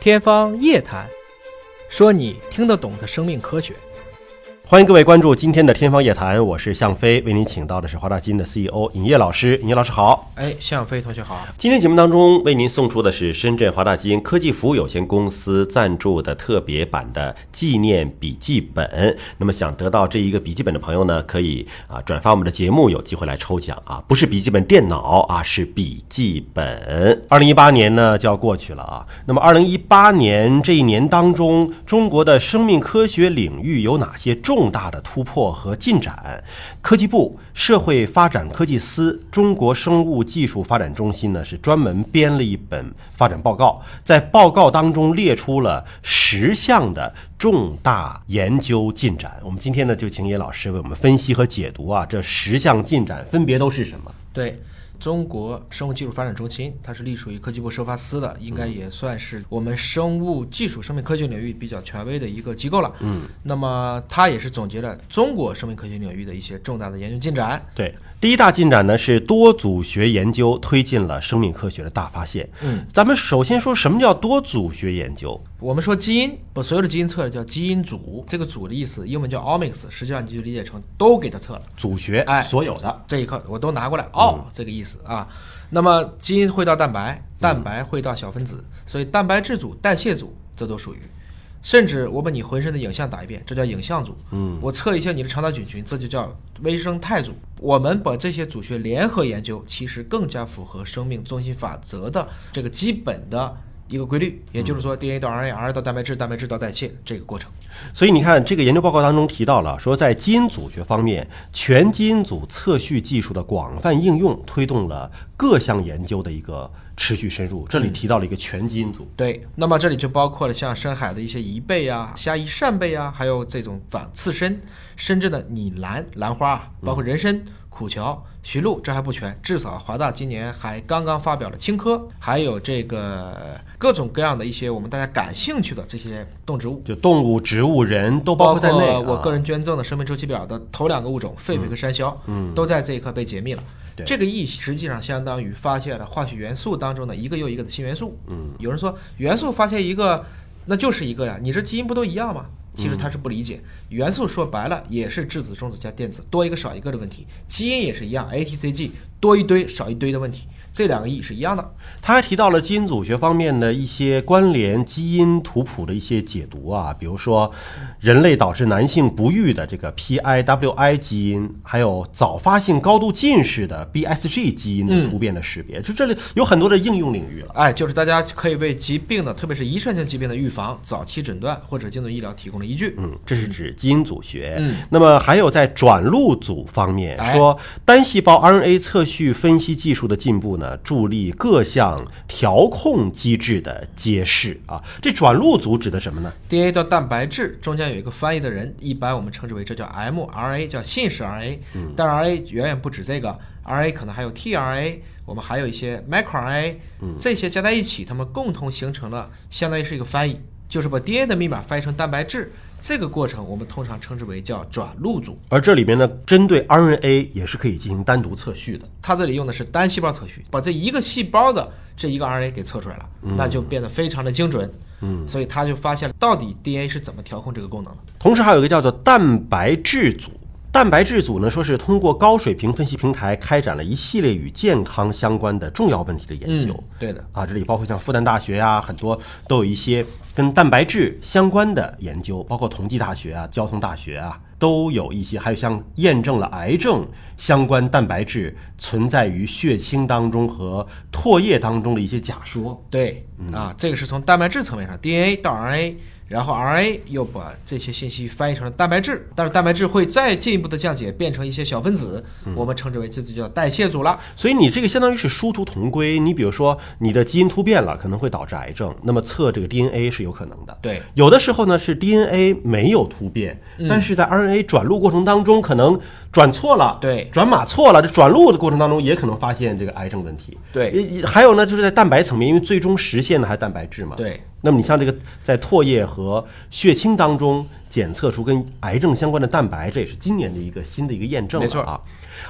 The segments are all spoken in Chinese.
天方夜谭，说你听得懂的生命科学。欢迎各位关注今天的《天方夜谭》，我是向飞，为您请到的是华大基因的 CEO 尹烨老师。尹烨老师好，哎，向飞同学好。今天节目当中为您送出的是深圳华大基因科技服务有限公司赞助的特别版的纪念笔记本。那么想得到这一个笔记本的朋友呢，可以啊转发我们的节目，有机会来抽奖啊！不是笔记本电脑啊，是笔记本。二零一八年呢就要过去了啊，那么二零一八年这一年当中，中国的生命科学领域有哪些重大的突破和进展？科技部、社会发展科技司、中国生物技术发展中心呢是专门编了一本发展报告，在报告当中列出了十项的重大研究进展。我们今天呢就请野老师为我们分析和解读啊这十项进展分别都是什么？对中国生物技术发展中心，它是隶属于科技部收发司的，应该也算是我们生物技术、生命科学领域比较权威的一个机构了。嗯，那么它也是总结了中国生命科学领域的一些重大的研究进展。对，第一大进展呢是多组学研究推进了生命科学的大发现。嗯，咱们首先说什么叫多组学研究？我们说基因，把所有的基因测了叫基因组，这个组的意思英文叫 omics，实际上你就理解成都给它测了。组学，哎所有的，嗯这一块我都拿过来哦，这个意思啊。那么基因会到蛋白，蛋白会到小分子，所以蛋白质组、代谢组这都属于。甚至我把你浑身的影像打一遍，这叫影像组。嗯，我测一下你的肠道菌群，这就叫微生态组。我们把这些组学联合研究，其实更加符合生命中心法则的这个基本的一个规律，也就是嗯说 DNA 到 RNA，RNA 到蛋白质，蛋白质到代谢这个过程。所以你看，这个研究报告当中提到了，说在基因组学方面，全基因组测序技术的广泛应用，推动了各项研究的一个持续深入。这里提到了一个全基因组，对，那么这里就包括了像深海的一些贻贝啊、虾夷扇贝啊，还有这种反刺参，深圳的拟兰兰花啊，包括人参、苦荞、徐露，这还不全，至少华大今年还刚刚发表了青稞，还有这个各种各样的一些我们大家感兴趣的这些动植物。就动物、植物、人都包括在内、啊。我个人捐赠的生命周期表的头两个物种狒狒和山魈，嗯，都在这一刻被解密了。对这个 E 实际上相当于发现了化学元素当中的一个又一个的新元素。嗯，有人说元素发现一个，那就是一个呀，你这基因不都一样吗？其实他是不理解，元素说白了也是质子、中子加电子，多一个少一个的问题。基因也是一样，A、T、C、G 多一堆少一堆的问题，这两个 E 是一样的。他还提到了基因组学方面的一些关联基因图谱的一些解读啊，比如说人类导致男性不育的这个 PIWI 基因，还有早发性高度近视的 BSG 基因的突变的识嗯别，就这里有很多的应用领域了。哎，就是大家可以为疾病的，特别是遗传性疾病的预防、早期诊断或者精准医疗提供了依据。嗯，这是指基因组学。嗯，那么还有在转录组方面，哎说单细胞 RNA 测序分析技术的进步呢，助力各项调控机制的揭示啊。这转录组指的什么呢？ DNA 到蛋白质中间有一个翻译的人，一般我们称之为这叫 mRNA，叫信使 RNA。但 RNA 远远不止这个，RNA 可能还有 tRNA，我们还有一些 microRNA，、这些加在一起，它们共同形成了相当于是一个翻译，就是把 DNA 的密码翻译成蛋白质。这个过程我们通常称之为叫转录组。而这里面呢，针对 RNA 也是可以进行单独测序的。它这里用的是单细胞测序，把这一个细胞的这一个 RNA 给测出来了，那就变得非常的精准。嗯，所以他就发现了到底 DNA 是怎么调控这个功能的。同时还有一个叫做蛋白质组。蛋白质组呢，说是通过高水平分析平台开展了一系列与健康相关的重要问题的研究。嗯，对的。啊，这里包括像复旦大学啊，很多都有一些跟蛋白质相关的研究，包括同济大学啊、交通大学啊，都有一些，还有像验证了癌症相关蛋白质存在于血清当中和唾液当中的一些假说。对，啊，这个是从蛋白质层面上，DNA 到 RNA，然后 RNA 又把这些信息翻译成了蛋白质，但是蛋白质会再进一步的降解，变成一些小分子，我们称之为这就叫代谢组了。所以你这个相当于是殊途同归。你比如说，你的基因突变了，可能会导致癌症，那么测这个 DNA 是有可能的。对，嗯有的时候呢是 DNA 没有突变，但是在 RNA 转录过程当中可能转错了，对转码错了，这转录的过程当中也可能发现这个癌症问题。对也，也还有呢就是在蛋白层面，因为最终实现的还是蛋白质嘛，对，那么你像这个在唾液和血清当中检测出跟癌症相关的蛋白，这也是今年的一个新的一个验证没错了啊。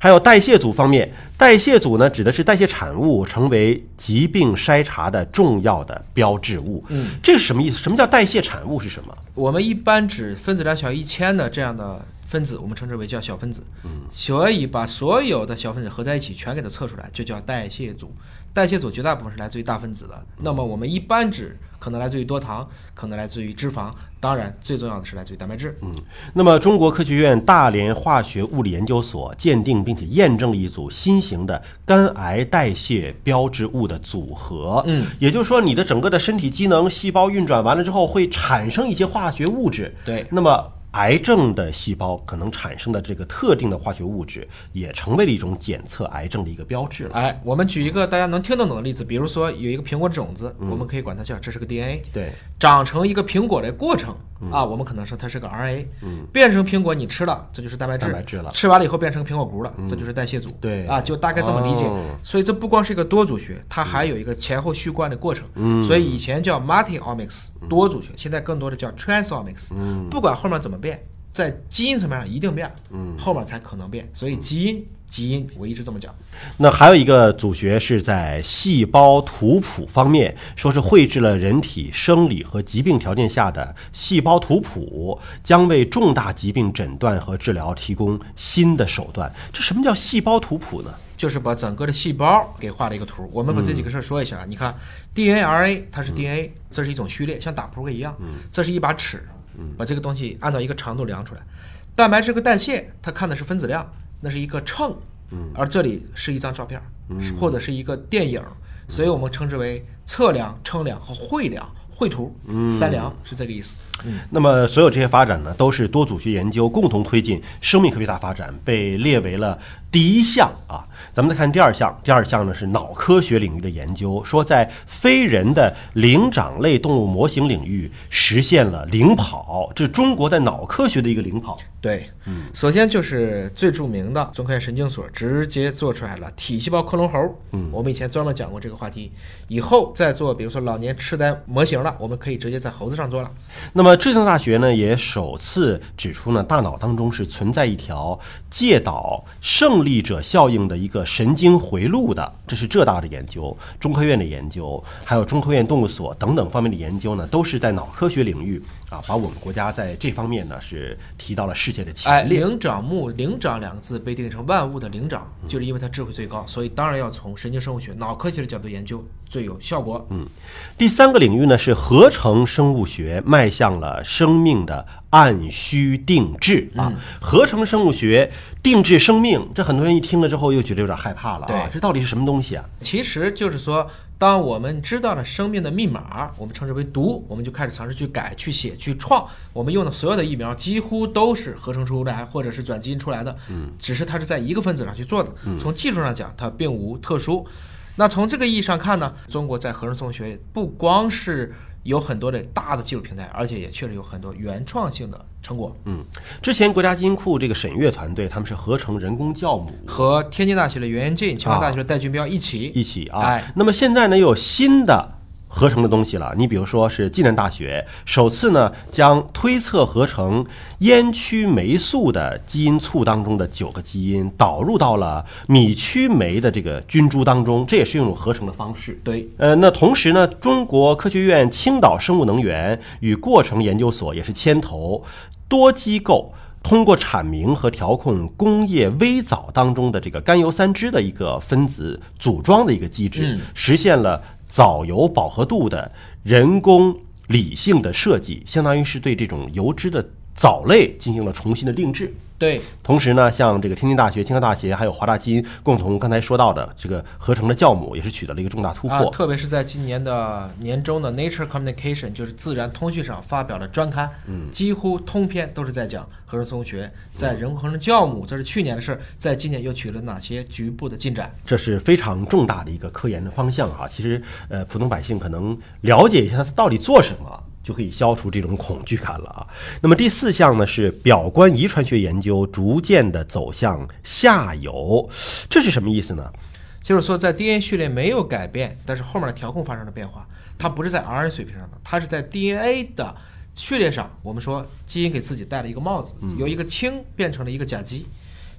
还有代谢组方面，代谢组呢指的是代谢产物成为疾病筛查的重要的标志物。嗯，这是什么意思？什么叫代谢产物是什么？我们一般指分子量小于一千的这样的分子，我们称之为叫小分子。嗯，所以把所有的小分子合在一起，全给它测出来，就叫代谢组。代谢组绝大部分是来自于大分子的。那么我们一般指可能来自于多糖，可能来自于脂肪，当然最重要的是来自于蛋白质。嗯，那么，中国科学院大连化学物理研究所鉴定并且验证了一组新型的肝癌代谢标志物的组合。嗯，也就是说，你的整个的身体机能、细胞运转完了之后，会产生一些化学物质。对那么。癌症的细胞可能产生的这个特定的化学物质，也成为了一种检测癌症的一个标志了。哎，我们举一个大家能听得懂的例子，比如说有一个苹果种子，嗯我们可以管它叫这是个 DNA。对，长成一个苹果的过程、嗯啊，我们可能说它是个 RNA，、变成苹果你吃了，这就是蛋白质，蛋白质了嗯吃完了以后变成苹果核了，这就是代谢组，对啊，就大概这么理解。哦所以这不光是一个多组学，它还有一个前后序贯的过程，嗯所以以前叫 multiomics 多组学，现在更多的叫 transomics，、不嗯管后面怎么变。在基因层面上一定变，嗯，后面才可能变，嗯所以基因基因我一直这么讲，那还有一个组学是在细胞图谱方面，说是绘制了人体生理和疾病条件下的细胞图谱，将为重大疾病诊断和治疗提供新的手段。这什么叫细胞图谱呢？就是把整个的细胞给画了一个图。我们把这几个事儿说一下。啊，你看，DNA、RNA 它是 DNA，、这是一种序列，像打扑克一样。这是一把尺，把这个东西按照一个长度量出来。蛋白质跟代谢，它看的是分子量，那是一个秤。而这里是一张照片，或者是一个电影，所以我们称之为测量、称量和绘量、绘图。三量是这个意思。那么所有这些发展呢，都是多组学研究共同推进生命科学大发展，被列为了第一项啊。咱们再看第二项，第二项呢是脑科学领域的研究，说在非人的灵长类动物模型领域实现了领跑，这是中国在脑科学的一个领跑。对，首先就是最著名的中科院神经所直接做出来了体细胞克隆猴。嗯，我们以前专门讲过这个话题，以后再做，比如说老年痴呆模型了，我们可以直接在猴子上做了。那么浙江大学呢，也首次指出呢，大脑当中是存在一条介导胜利者效应的一个神经回路的，这是浙大的研究，中科院的研究，还有中科院动物所等等方面的研究呢，都是在脑科学领域啊，把我们国家在这方面呢是提到了世界的哎，前列。灵长目“灵长”两个字被定义成万物的灵长，就是因为它智慧最高，所以当然要从神经生物学、脑科学的角度研究最有效果。嗯，第三个领域呢是合成生物学迈向了生命的按需定制啊，合成生物学定制生命，这很多人一听了之后又觉得有点害怕了啊对，这到底是什么东西啊？其实就是说，当我们知道了生命的密码，我们称之为毒，我们就开始尝试去改、去写、去创。我们用的所有的疫苗几乎都是合成出来或者是转基因出来的，嗯，只是它是在一个分子上去做的。嗯从技术上讲，它并无特殊。那从这个意义上看呢，中国在合成生物学不光是有很多的大的技术平台，而且也确实有很多原创性的成果。嗯，之前国家基因库这个审阅团队他们是合成人工酵母和天津大学的袁延进、清华大学的戴俊彪一起，一起啊，哎那么现在呢又有新的。合成的东西了，你比如说是暨南大学首次呢将推测合成烟曲霉素的基因簇当中的九个基因导入到了米曲霉的这个菌株当中，这也是一种合成的方式。对，呃，那同时呢，中国科学院青岛生物能源与过程研究所也是牵头，多机构通过阐明和调控工业微藻当中的这个甘油三酯的一个分子组装的一个机制，实现了藻油饱和度的人工理性的设计，相当于是对这种油脂的藻类进行了重新的定制。对，同时呢，像这个天津大学、清华大学还有华大基因共同刚才说到的这个合成的酵母，也是取得了一个重大突破。啊，特别是在今年的年中的《Nature Communication》就是《自然通讯》上发表了专刊，嗯几乎通篇都是在讲合成生物学在人工合成酵母，这是去年的事儿，在今年又取得哪些局部的进展？这是非常重大的一个科研的方向哈、其实，呃，普通百姓可能了解一下它到底做什么，就可以消除这种恐惧感了啊。那么第四项呢是表观遗传学研究逐渐的走向下游，这是什么意思呢？就是说在 DNA 序列没有改变，但是后面的调控发生了变化，它不是在 RNA 水平上的，它是在 DNA 的序列上。我们说基因给自己戴了一个帽子，嗯由一个氢变成了一个甲基，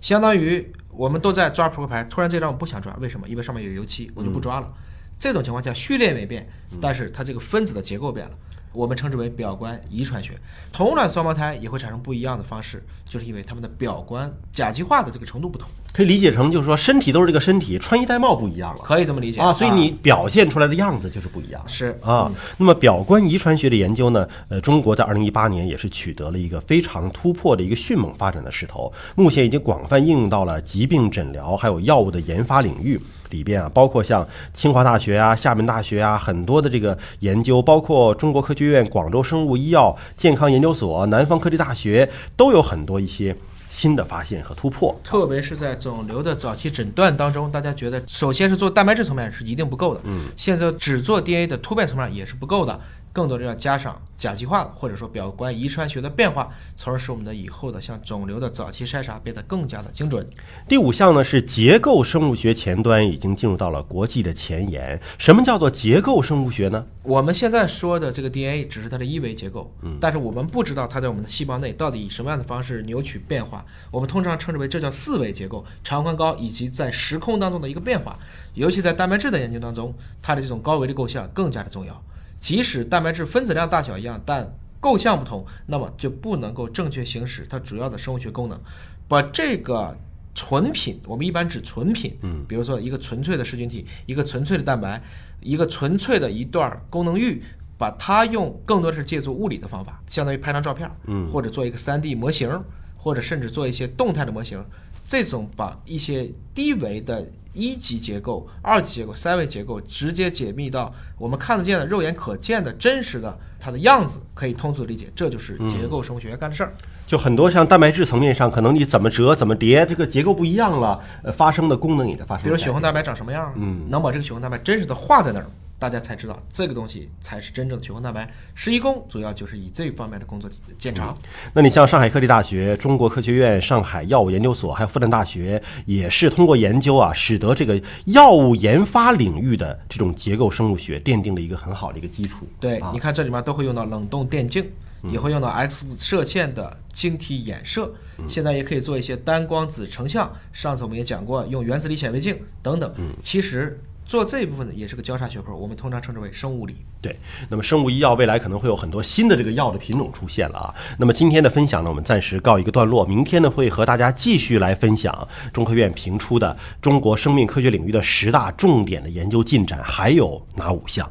相当于我们都在抓扑克牌，突然这张我不想抓，为什么？因为上面有油漆，我就不抓了。嗯这种情况下，序列没变，但是它这个分子的结构变了。我们称之为表观遗传学，同卵双胞胎也会产生不一样的方式，就是因为它们的表观甲基化的这个程度不同，可以理解成就是说身体都是这个身体，穿衣戴帽不一样了可以这么理解啊，所以你表现出来的样子就是不一样。是啊，那么表观遗传学的研究呢，呃，中国在二零一八年也是取得了一个非常突破的一个迅猛发展的势头，目前已经广泛应用到了疾病诊疗还有药物的研发领域里边啊，包括像清华大学啊、厦门大学啊很多的这个研究，包括中国科学院、广州生物医药健康研究所、南方科技大学都有很多一些新的发现和突破。特别是在肿瘤的早期诊断当中，大家觉得首先是做蛋白质层面是一定不够的，嗯，现在只做 DNA 的突变层面也是不够的，更多的要加上甲基化的或者说表观遗传学的变化，从而使我们的以后的像肿瘤的早期筛查变得更加的精准。第五项呢是结构生物学前端已经进入到了国际的前沿。什么叫做结构生物学呢？呃我们现在说的这个 DNA 只是它的一维结构，但是我们不知道它在我们的细胞内到底以什么样的方式扭曲变化。我们通常称之为这叫四维结构，长宽高以及在时空当中的一个变化。尤其在蛋白质的研究当中，它的这种高维的构象更加的重要。即使蛋白质分子量大小一样，但构象不同，那么就不能够正确行使它主要的生物学功能。把这个纯品，我们一般指纯品，嗯，比如说一个纯粹的噬菌体，一个纯粹的蛋白，一个纯粹的一段功能域，把它用更多的是借助物理的方法，相当于拍张照片，嗯，或者做一个 3D 模型，或者甚至做一些动态的模型，这种把一些低维的一级结构、二级结构、三维结构直接解密到我们看得见的、肉眼可见的、真实的它的样子，可以通俗地理解，这就是结构生物学干的事儿。就很多像蛋白质层面上，可能你怎么折、怎么叠，这个结构不一样了，呃，发生的功能也在发生。比如血红蛋白长什么样，嗯，能把这个血红蛋白真实的画在那儿，大家才知道这个东西才是真正的血红蛋白。十一宫主要就是以这方面的工作呃见长。那你像上海科技大学、中国科学院、上海药物研究所，还有复旦大学，也是通过研究啊，使得这个药物研发领域的这种结构生物学奠定了一个很好的一个基础。对，你看这里面都会用到冷冻电镜，也会用到 X 射线的晶体衍射，现在也可以做一些单光子成像。上次我们也讲过，用原子力显微镜等等。其实做这一部分的也是个交叉学科，我们通常称之为生物理。对，那么生物医药未来可能会有很多新的这个药的品种出现了啊。那么今天的分享呢，我们暂时告一个段落，明天呢会和大家继续来分享中科院评出的中国生命科学领域的十大重点的研究进展，还有哪五项。